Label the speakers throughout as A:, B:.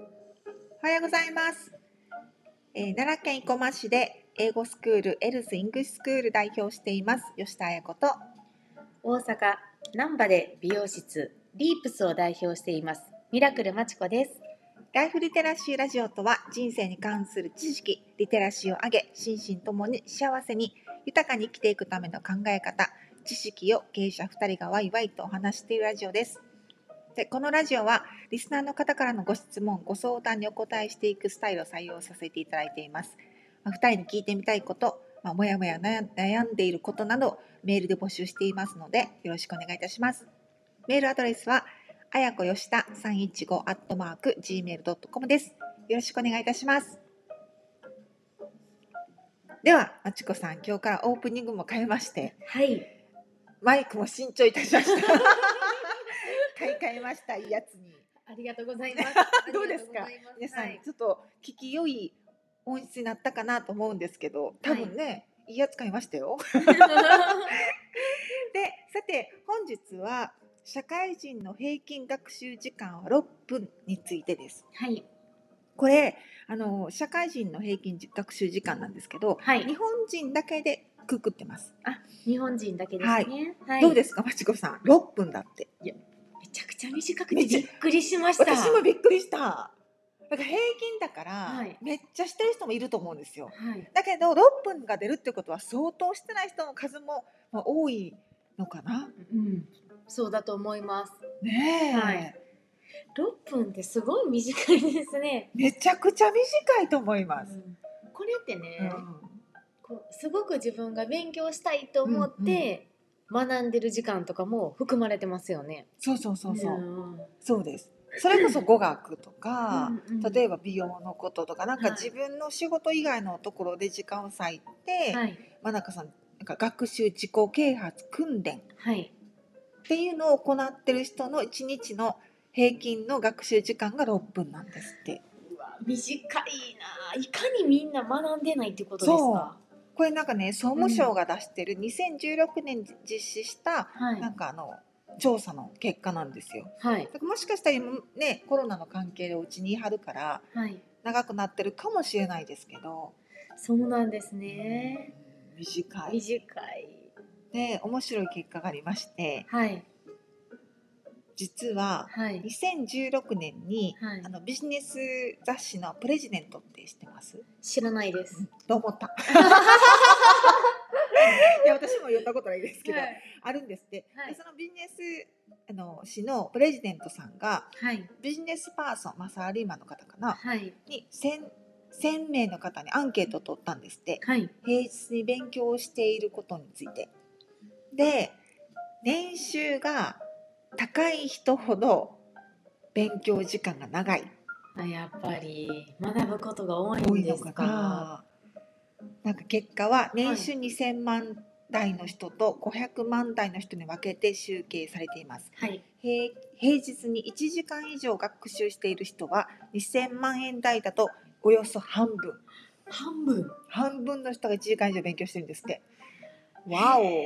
A: おはようございます、えー奈良県生駒市で英語スクールエルスイングリッシュスクール代表をしています吉田彩子と
B: 大阪難波で美容室リープスを代表していますミラクルまちこです
A: ライフリテラシーラジオとは人生に関する知識リテラシーを上げ心身ともに幸せに豊かに生きていくための考え方知識を経営者2人がワイワイとお話しているラジオですでこのラジオはリスナーの方からのご質問ご相談にお答えしていくスタイルを採用させていただいています、まあ、2人に聞いてみたいこと、まあ、もやもや悩悩んでいることなどメールで募集していますのでよろしくお願いいたしますメールアドレスはあやこよした三一五アットマーク gmail ドットコムです。よろしくお願いいたします。では、まちこさん、今日からオープニングも変えまして、
B: はい
A: マイクも新調いたしま した。買い替えました、いいやつに。
B: ありがとうございま す
A: どうですか
B: ありがとうございます
A: 皆さん、
B: はい
A: ちょっと聞き良い音質になったかなと思うんですけど、多分ね、い、いやつ買いましたよ。で、さて、本日は社会人の平均学習時間は6分についてです。
B: はい
A: これあの社会人の平均学習時間なんですけど、
B: はい
A: 日本人だけでくくってます、
B: 日本人だけですね、は
A: どうですすかまちこさん6分だって
B: めちゃくちゃ短くて
A: めちゃ
B: びっくりしました
A: 私もびっくりしたなんか平均だから、
B: はい
A: めっちゃしてる人もいると思うんですよ
B: はい
A: だけど6分が出るってことは相当してない人の数も、まあ、多いのかな
B: うんそうだと思います
A: ねえ、
B: はい6分ってすごい短いですね、
A: めちゃくちゃ短いと思いうます、
B: んこれってね、
A: うん
B: こうすごく自分が勉強したいと思って、学んでる時間とかも含まれてますよね。
A: そうそうそうそう、
B: ん
A: そうですそれこそ語学とか、
B: うんうん
A: 例えば美容のこととかなんか
B: はい
A: 自分の仕事以外のところで時間を割いて、
B: はい
A: まあなんかさなんか学習自己啓発訓練
B: はい
A: っていうのを行ってる人の1日の平均の学習時間が6分なんですって
B: 短いないかにみんな学んでないってことですか。
A: これなんかね総務省が出してる2016年実施した
B: はい
A: なんかあの調査の結果なんですよ。
B: はい
A: だからもしかしたら今ねコロナの関係でうちにいはるから
B: はい
A: 長くなってるかもしれないですけど。
B: そうなんですね。
A: うん短い
B: 短い
A: で面白い結果がありまして
B: はい
A: 実は
B: はい
A: 2016年に、
B: はい
A: あのビジネス雑誌の「プレジデント」って知ってます
B: 知らないです。
A: と思った いや私も読んだことないですけど、
B: はい
A: あるんですって、
B: は
A: で
B: い
A: そのビジネスあの誌のプレジデントさんが
B: はい
A: ビジネスパーソン、まあ、サラリーマンの方かな
B: はい
A: に 1000, 1000名の方にアンケートを取ったんですって
B: はい
A: 平日に勉強をしていることについてで年収が高い人ほど勉強時間が長い
B: あやっぱり学ぶことが多い
A: 多
B: ん
A: い
B: で
A: の
B: す
A: か
B: か。
A: ななんか結果は年収2,000万台の人と500万台の人に分けて集計されています
B: はい
A: 平平日に1時間以上学習している人は2,000万円台だとおよそ半分
B: 半分。
A: 半分の人が1時間以上勉強してるんですってわお
B: へ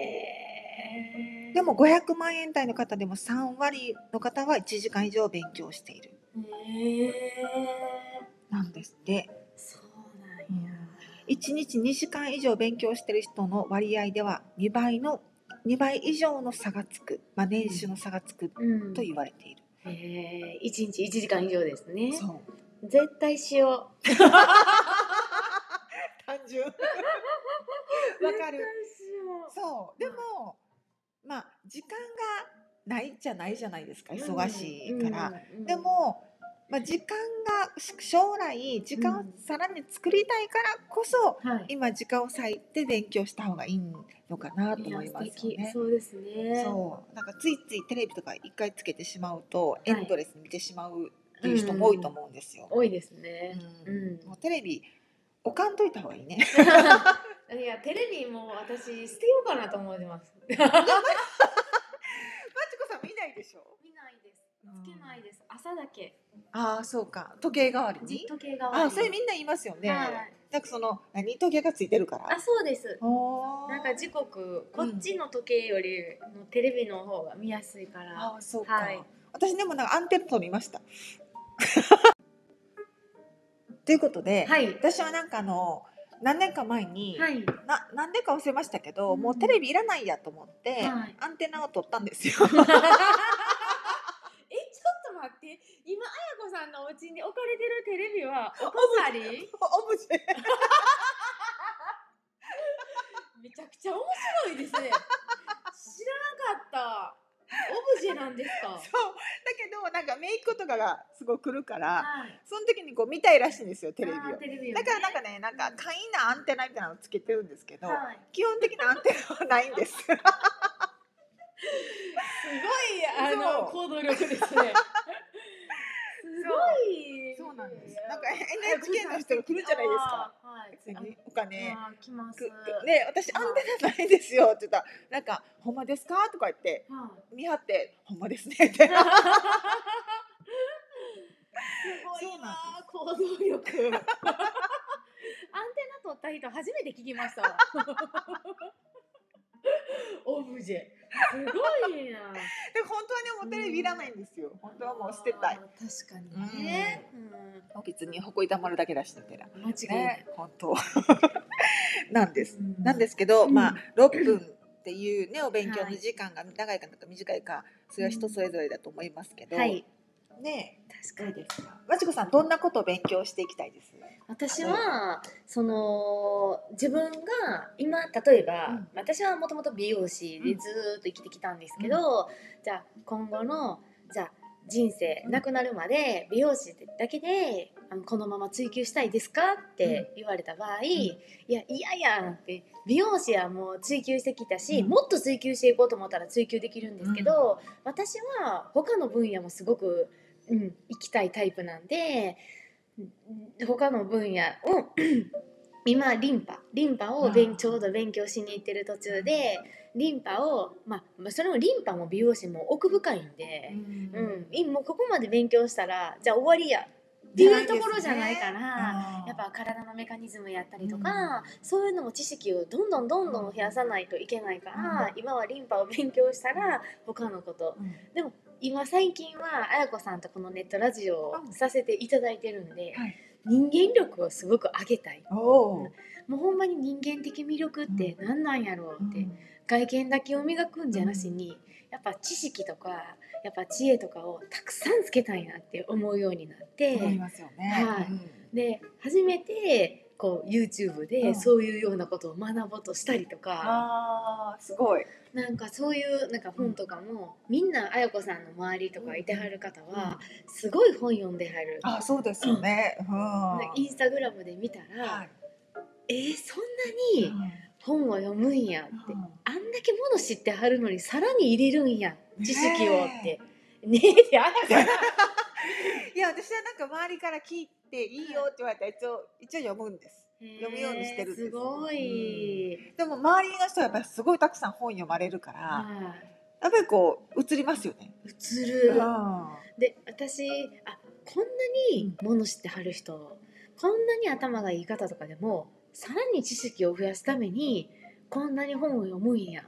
B: ー
A: でも500万円台の方でも3割の方は1時間以上勉強している
B: へえ
A: なんですって
B: そうなんや。
A: 1日2時間以上勉強してる人の割合では2倍の2倍以上の差がつく、まあ、年収の差がつく
B: うん
A: と言われている、
B: ええ一日一時間以上ですね。
A: そう
B: 絶対しよう。
A: 単純 わかるそうでもまあ時間がないじゃないじゃないですか
B: 絶対しよう。
A: 忙しいから、
B: うん。うん
A: で、も、まあ、時間がし将来時間をさらに作りたいからこそ、
B: はい。
A: 今時間を割いて勉強した方がいいのかなと思いますよ
B: いや素敵
A: ね。
B: そうですね。
A: そうなんかついついテレビとか一回つけてしまうと
B: い
A: エンドレスに見てしまうっていう人も多いと思うんですよ。
B: 多いです
A: う
B: ね。うんん。
A: もうテレビ置かんといた方がいいね。
B: いやテレビも私捨てようかなと思って ます。見な
A: マチコさん見ないでしょ。
B: いです。つけないです。朝だけ。
A: ああそうか時計代わり
B: 時
A: に。
B: 計が
A: あーそれみんな言いますよね。
B: はい
A: なんかその何時計がついてるから
B: あ。そうです。
A: おー
B: なんか時刻こっちの時計よりのテレビの方が見やすいから、
A: あーそうか。
B: はい
A: 私でもなんかアンテナ取りました。ということで、
B: はい
A: 私はなんかあの何年か前に、
B: はい
A: ななんでか忘れましたけど、
B: うん
A: もうテレビいらないやと思って、
B: はい
A: アンテナを取ったん ですよ。
B: えちょっと待って今あや子さんのお家に置かれてるテレビはお飾り
A: オブジェ
B: めちゃくちゃ面白いですね知らなかったオブジェなんですか
A: そうだけどなんかメイクとかがすごい来るから
B: はい
A: その時にこう見たいらしいんですよテレビを
B: あー。テレビをね
A: だからなんかねなんか
B: うん
A: 簡易なアンテナみたいなのをつけてるんですけど、
B: はい
A: 基本的なアンテナはないん です。
B: すごいあ
A: そ
B: の
A: う
B: 行動力ですねすごい
A: そうなんです。
B: いや
A: なんか NHK の人が来るんじゃないですか。
B: あーはい
A: 別にお金。
B: あー来ます
A: く
B: はい
A: くね私アンテナないですよって言ったら「なんかほんまですか?」とか言って 見張って「ほんまですね」って
B: すご
A: そう
B: いな
A: な
B: あ行動力アンテナ取った人初めて聞きましたわオブジェすごいな
A: で 本当はねもうテレビいらないんですよ本当はもう捨てたい
B: あー確かにね、う、
A: 別にほこりたまるだけだしみたいなん
B: 間違いない、
A: ね本当 なんです
B: うん
A: なんですけど、
B: うん
A: まあ6分っていうねお勉強の時間が長いかなんか短いかそれは人それぞれだと思いますけど、
B: はい
A: ねどう
B: 確かに
A: ですかまちこさんどんなことを勉強していきたいです
B: 私はその自分が今例えば、
A: うん
B: 私はもともと美容師でずーっと生きてきたんですけど、じゃあ今後のじゃあ人生
A: うん
B: 亡くなるまで美容師だけであのこのまま追求したいですかって言われた場合、いやいやいやって美容師はもう追求してきたし、
A: うん
B: もっと追求していこうと思ったら追求できるんですけど、私は他の分野もすごく、うん、行きたいタイプなんでうん他の分野を 今リンパリンパを
A: あ
B: 勉
A: ー
B: ちょうど勉強しに行ってる途中でリンパを、まあまあ、それもリンパも美容師も奥深いんで、
A: ん
B: うんいもうここまで勉強したらじゃあ終わりやっていうところじゃないから。やっぱ体のメカニズムやったりとか、そういうのも知識をどんどんどんどん増やさないといけないから、今はリンパを勉強したら他のこと
A: うん
B: 今最近はあやこさんとこのネットラジオをさせていただいてるんで、
A: はい
B: 人間力をすごく上げたい
A: おー
B: もうほんまに人間的魅力って何なんやろうって、外見だけを磨くんじゃなしに、やっぱ知識とかやっぱ知恵とかをたくさんつけたいなって思うようになって。
A: 思いますよね。
B: はい
A: うん
B: で初めてこう YouTube
A: う
B: で
A: ん
B: そういうようなことを学ぼうとしたりとか、
A: あーすごい。
B: なんかそういうなんか本とかも、みんなあや子さんの周りとかいてはる方は、すごい本読んではる、
A: あそうですよね。うん。
B: でインスタグラムで見たら、
A: はい
B: えーそんなに本を読むんやって、
A: うん
B: あんだけもの知ってはるのにさらに入れるんや知識をって。ねえってあや子さん
A: いや私はなんか周りから聞いていいよって言われたら一応一応読むんです。 読むようにしてるんです
B: えーすごい、
A: でも周りの人はやっぱりすごいたくさん本読まれるから、
B: は
A: やっぱりこう映りますよね。
B: い映る、
A: あ
B: で私あこんなに物知ってはる人、こんなに頭がいい方とかでもさらに知識を増やすためにこんなに本を読むんや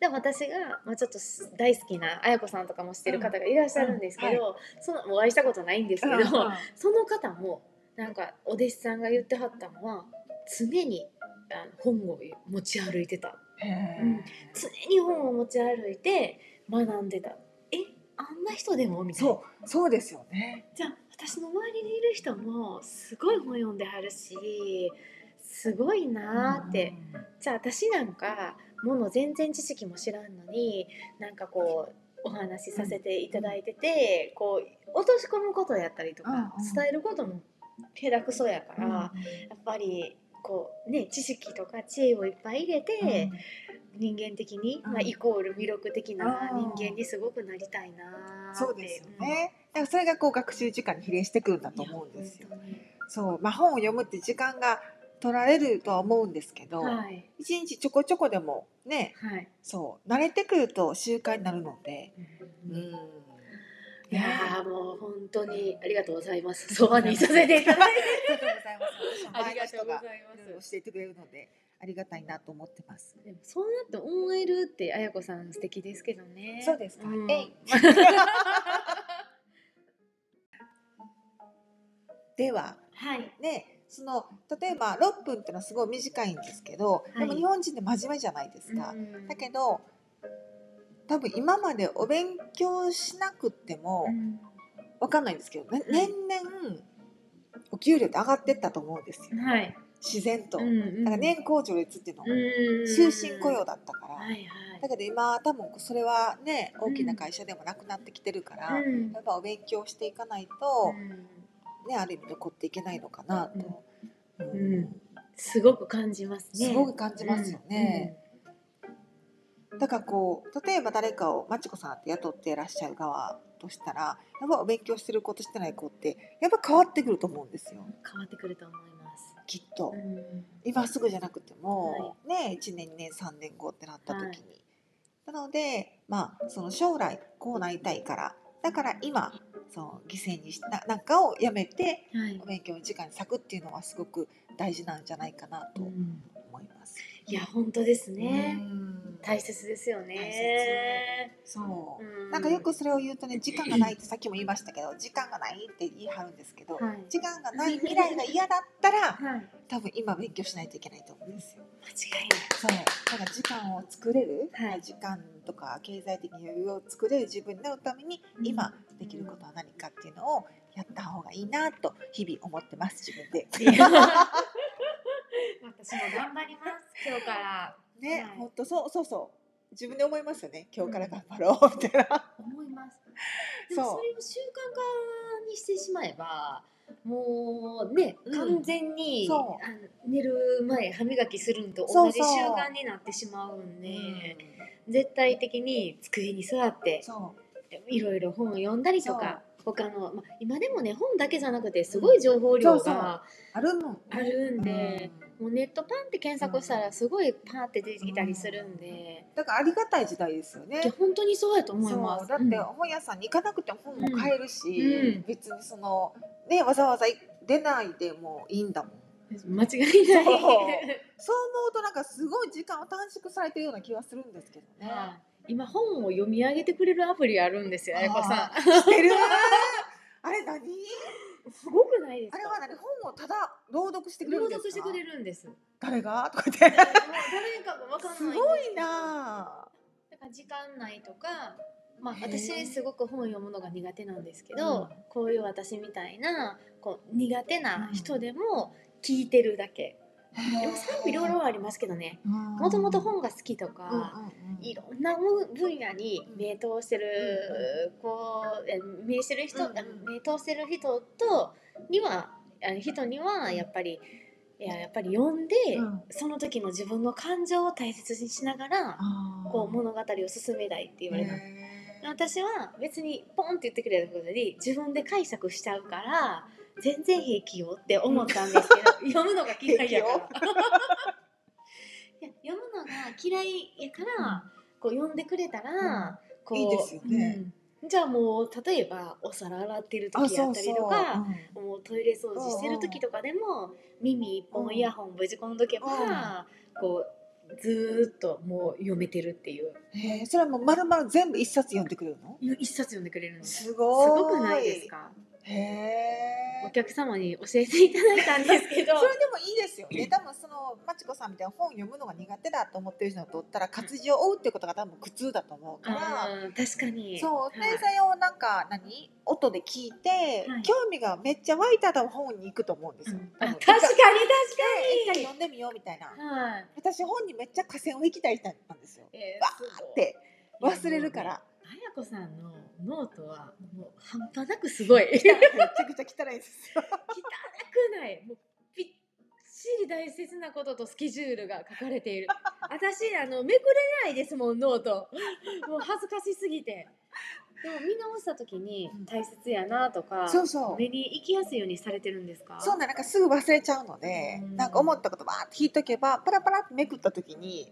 B: で私が、まあ、ちょっと大好きな綾子さんとかも知ってる方がいらっしゃるんですけど、
A: うん
B: そのお会いしたことないんですけど、
A: ーうん
B: その方もなんかお弟子さんが言ってはったのは常にあの本を持ち歩いてた
A: へー
B: うん常に本を持ち歩いて学んでたえあんな人でもみたいな。
A: そうそうですよね。
B: じゃあ私の周りにいる人もすごい本読んではるしすごいなーって、
A: うん
B: じゃあ私なんかもの全然知識も知らんのになんかこうお話しさせていただいてて、こう落とし込むことやったりとか、
A: うんうん
B: 伝えることも下手くそやから、
A: うん
B: やっぱりこうね知識とか知恵をいっぱい入れて、人間的に、
A: うん
B: まあ、イコール魅力的な
A: うん
B: 人間にすごくなりたいなーって
A: そうですよね。だからそれがこう学習時間に比例してくるんだと思うんですよ
B: い。や本当に
A: そう、まあ本を読むって時間が取られるとは思うんですけど、
B: はい
A: 一日ちょこちょこでもね、
B: はい。
A: そう慣れてくると習慣になるので、うん、
B: い
A: ね
B: やーもう本当にありがとうございます。そばにいさせていただいて。
A: ありがとうございます。
B: ありがとうござい
A: 周りの人が
B: ま
A: 教えてくれるのでありがたいなと思ってます。
B: す。でもそうなって思えるってあやこさん素敵ですけどね。
A: そうですか。
B: ん
A: えい では
B: はい
A: でその例えば6分っていうのはすごい短いんですけど、
B: い
A: でも日本人って真面目じゃないですか。だけど多分今までお勉強しなくっても
B: ど、うん
A: わかんないんですけど、ね、年々お給料って上がってったと思うんですよ
B: はい
A: 自然と。
B: う
A: だ
B: んうん
A: から年功序列っていうの
B: う
A: が
B: ん
A: 終身雇用だったから。
B: はい
A: だけど今多分それはね大きな会社でもなくなってきてるから、
B: はいうん
A: やっぱお勉強していかないと、
B: うん
A: ねある意味残っていけないのかなと、うん
B: うんすごく感じますね
A: すごく感じますよね、だからこう例えば誰かをマチコさんって雇っていらっしゃる側としたらやっぱお勉強してる子としてない子ってやっぱ変わってくると思うんですよ
B: うんうん変わってくると思います
A: きっと、
B: うん
A: 今すぐじゃなくても、ね1年2年3年後ってなった時に、なのでまあその将来こうなりたいからだから今その犠牲にしたなんかをやめて
B: はい
A: お勉強の時間に割くっていうのはすごく大事なんじゃないかなと
B: うん
A: 思います。
B: いや本当です
A: う
B: ね
A: ん
B: 大切ですよ
A: 大切
B: ね
A: そう、
B: う
A: なんかよくそれを言うとね時間がないってさっきも言いましたけど時間がないって言い張るんですけど、
B: はい
A: 時間がない未来が嫌だったら
B: はい間違
A: 多分今勉強しないといけないと思うんですよ。
B: いない
A: そうだから時間を作れる、
B: はい
A: 時間とか経済的に余裕を作れる自分になるために今できることは何かっていうのをやった方がいいなと日々思ってます自分で。
B: いや 私も頑張ります今日から
A: ね、
B: はい
A: ほんとそうそうそう自分で思いますよね今日から頑張ろう みたいな。
B: 思いますでも
A: そう
B: それを習慣化にしてしまえばもうね、
A: うん
B: 完全にあ
A: そ
B: 寝る前歯磨きするのと
A: そ
B: 同
A: う
B: じ
A: そ
B: 習
A: う
B: 慣になってしまうんで絶対的に机に座って
A: そう
B: いろいろ本を読んだりとか他の、まあ、今でもね本だけじゃなくてすごい情報量
A: そうそう
B: が
A: あるもん
B: あるんで。
A: うん
B: もうネットパンって検索したらすごいパーって出てきたりするんで、
A: だからありがたい時代ですよね
B: いや。本当にそうやと思いま
A: そ
B: す。
A: うだっ
B: うん
A: て本屋さんに行かなくても本も買えるし、
B: うんうん
A: 別にそのねわざわざ出ないでもいいんだもん。
B: 間違いない。
A: そう思うとなんかすごい時間を短縮されてるような気がするんですけどね。
B: 今本を読み上げてくれるアプリあるんですよ、あやこさん。
A: 知ってる？ あれ何？
B: すごくないです
A: あ
B: か
A: れは何本をただ朗読してくれる
B: 朗
A: んですか？
B: 読してくれるんです。
A: 誰がとか言 って。
B: 誰かもわかんない。
A: すごいなあ。
B: だから時間内とか、まあ
A: へ、え
B: 私すごく本読むのが苦手なんですけ
A: う
B: ど、
A: ん
B: こういう私みたいなこう苦手な人でも聞いてるだけ、でも賛否両論ありますけどねも
A: も
B: ともと本が好きとか、い
A: ろ
B: ろんな分野に名刀してる、こうえ名してる人、
A: うんうん
B: 名刀してる人とにはあ人にはやっぱりいややっぱり読んで、
A: うん
B: その時の自分の感情を大切にしながらこう物語を進めたいって言われた、私は別にポンって言ってくれたことより自分で解釈しちゃうから全然平気よって思ったんですけ ど、読むのが嫌いやからい や読むのが嫌いやから、こう読んでくれたら、こう
A: いいですよね
B: うんじゃあもう例えばお皿洗ってる時やったりとかもうトイレ掃除してる時とかでも耳一
A: うん
B: 本イヤホンぶち込んどけば、こうずーっともう読めてるっていう
A: へえそれはもうまるまる全部一冊読んでくれるの？
B: 一冊読んでくれるんです
A: す
B: す
A: ごい。
B: ごくないです。か
A: へえ
B: お。客様に教えていただいたんですけど
A: それでもいいですよ ね。多分そのまちこさんみたいな本読むのが苦手だと思ってる人とったら活字を追うってことが多分苦痛だと思うから。
B: あー確かに
A: そう、
B: はい
A: でそれをなんか何音で聞いて、
B: はい
A: 興味がめっちゃ湧いたら多分本に行くと思うんです
B: う
A: よ。
B: んあ確か
A: 多
B: に
A: 分
B: 確か
A: 一回
B: に
A: 読んでみようみたいな。
B: はい
A: 私本にめっちゃ下線を引きたい人なんですよ。
B: えー
A: わ
B: す
A: ー
B: ご
A: っ
B: い
A: て忘れるから。
B: あやこさんのノートはもう半端なくす ごい汚
A: めちゃくちゃ汚いですよ。
B: くないもうびっしり大切なこととスケジュールが書かれて いる私あのめくれないですもんノート もう恥ずかしすぎてでも見直した時に
A: うん
B: 大切やなとか、
A: そうそう。
B: 目に行きやすいようにされてるんですか
A: そうなんなんかすぐ忘れちゃうので、
B: うん
A: なんか思ったことばーって引いとけばパラパラってめくった時に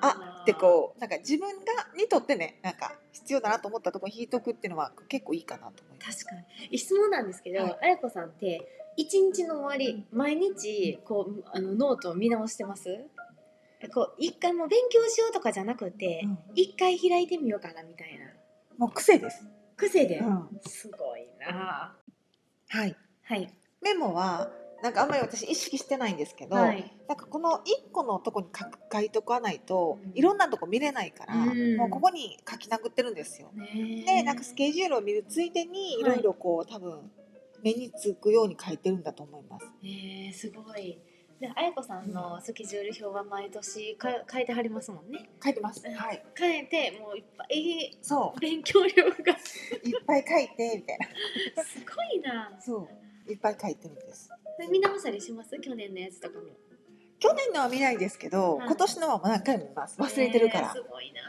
A: あ
B: ー
A: ってこうなんか自分がにとってねなんか必要だなと思ったところに引いとくっていうのは結構いいかなと思います。
B: 確かに質問なんですけど、
A: はい
B: あやこさんって一日の終わり毎日こうあのノートを見直してますこう一回もう勉強しようとかじゃなくて
A: うん
B: 一、回開いてみようかなみたいな
A: もう癖です。
B: 癖で、
A: うん
B: すごいな
A: はい。
B: はい
A: メモはなんかあんまり私意識してないんですけど、
B: はい、
A: なんかこの1個のとこに書く書いとかないと、
B: うん
A: いろんなとこ見れないから、
B: うん
A: もうここに書き殴ってるんですよ。
B: ね
A: でなんかスケジュールを見るついでにいろいろこう、多分目につくように書いてるんだと思います。
B: えー、すごい。で、あやこさんのスケジュール表は毎年か変えてはりますもんね。
A: 書いてます。
B: うん
A: はい。
B: 変えて、もういっぱい
A: そ
B: 勉強量 がす
A: う、いっぱい書いてみたいな。
B: ごいな。
A: そう、いっぱい書いてるんです。
B: で見直したりします？去年のやつとかも。
A: 去年のは見ないですけど、
B: はい
A: 今年のはもう何回も見ます。忘れてるから
B: えー。すごいな。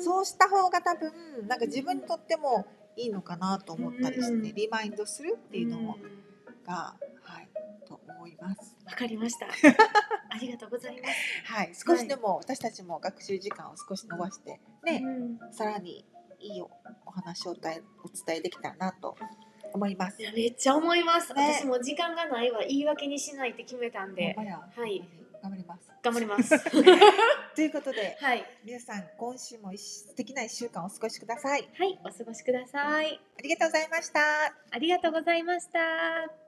A: そうした方が多分なんか自分にとってもいいのかなと思ったりして、
B: うん
A: リマインドするっていうのも
B: ん
A: が、はいと思います。
B: わかり ました。ありがとうございます。
A: はい、少しでも私たちも学習時間を少し伸ばして
B: う
A: ね、
B: ん
A: さらにいいお話をお伝えお伝えできたらなと思います
B: い。やめっちゃ思います。
A: ね
B: 私も時間がないは言い訳にしないって決めたんで
A: ほん、まや
B: はい、
A: 頑張ります。
B: 頑張ります。
A: ということ で
B: はい、
A: 皆さん今週も一素敵な一週間お過ごしください。
B: はい、お過ごしください。
A: ありがとうございました。
B: ありがとうございました。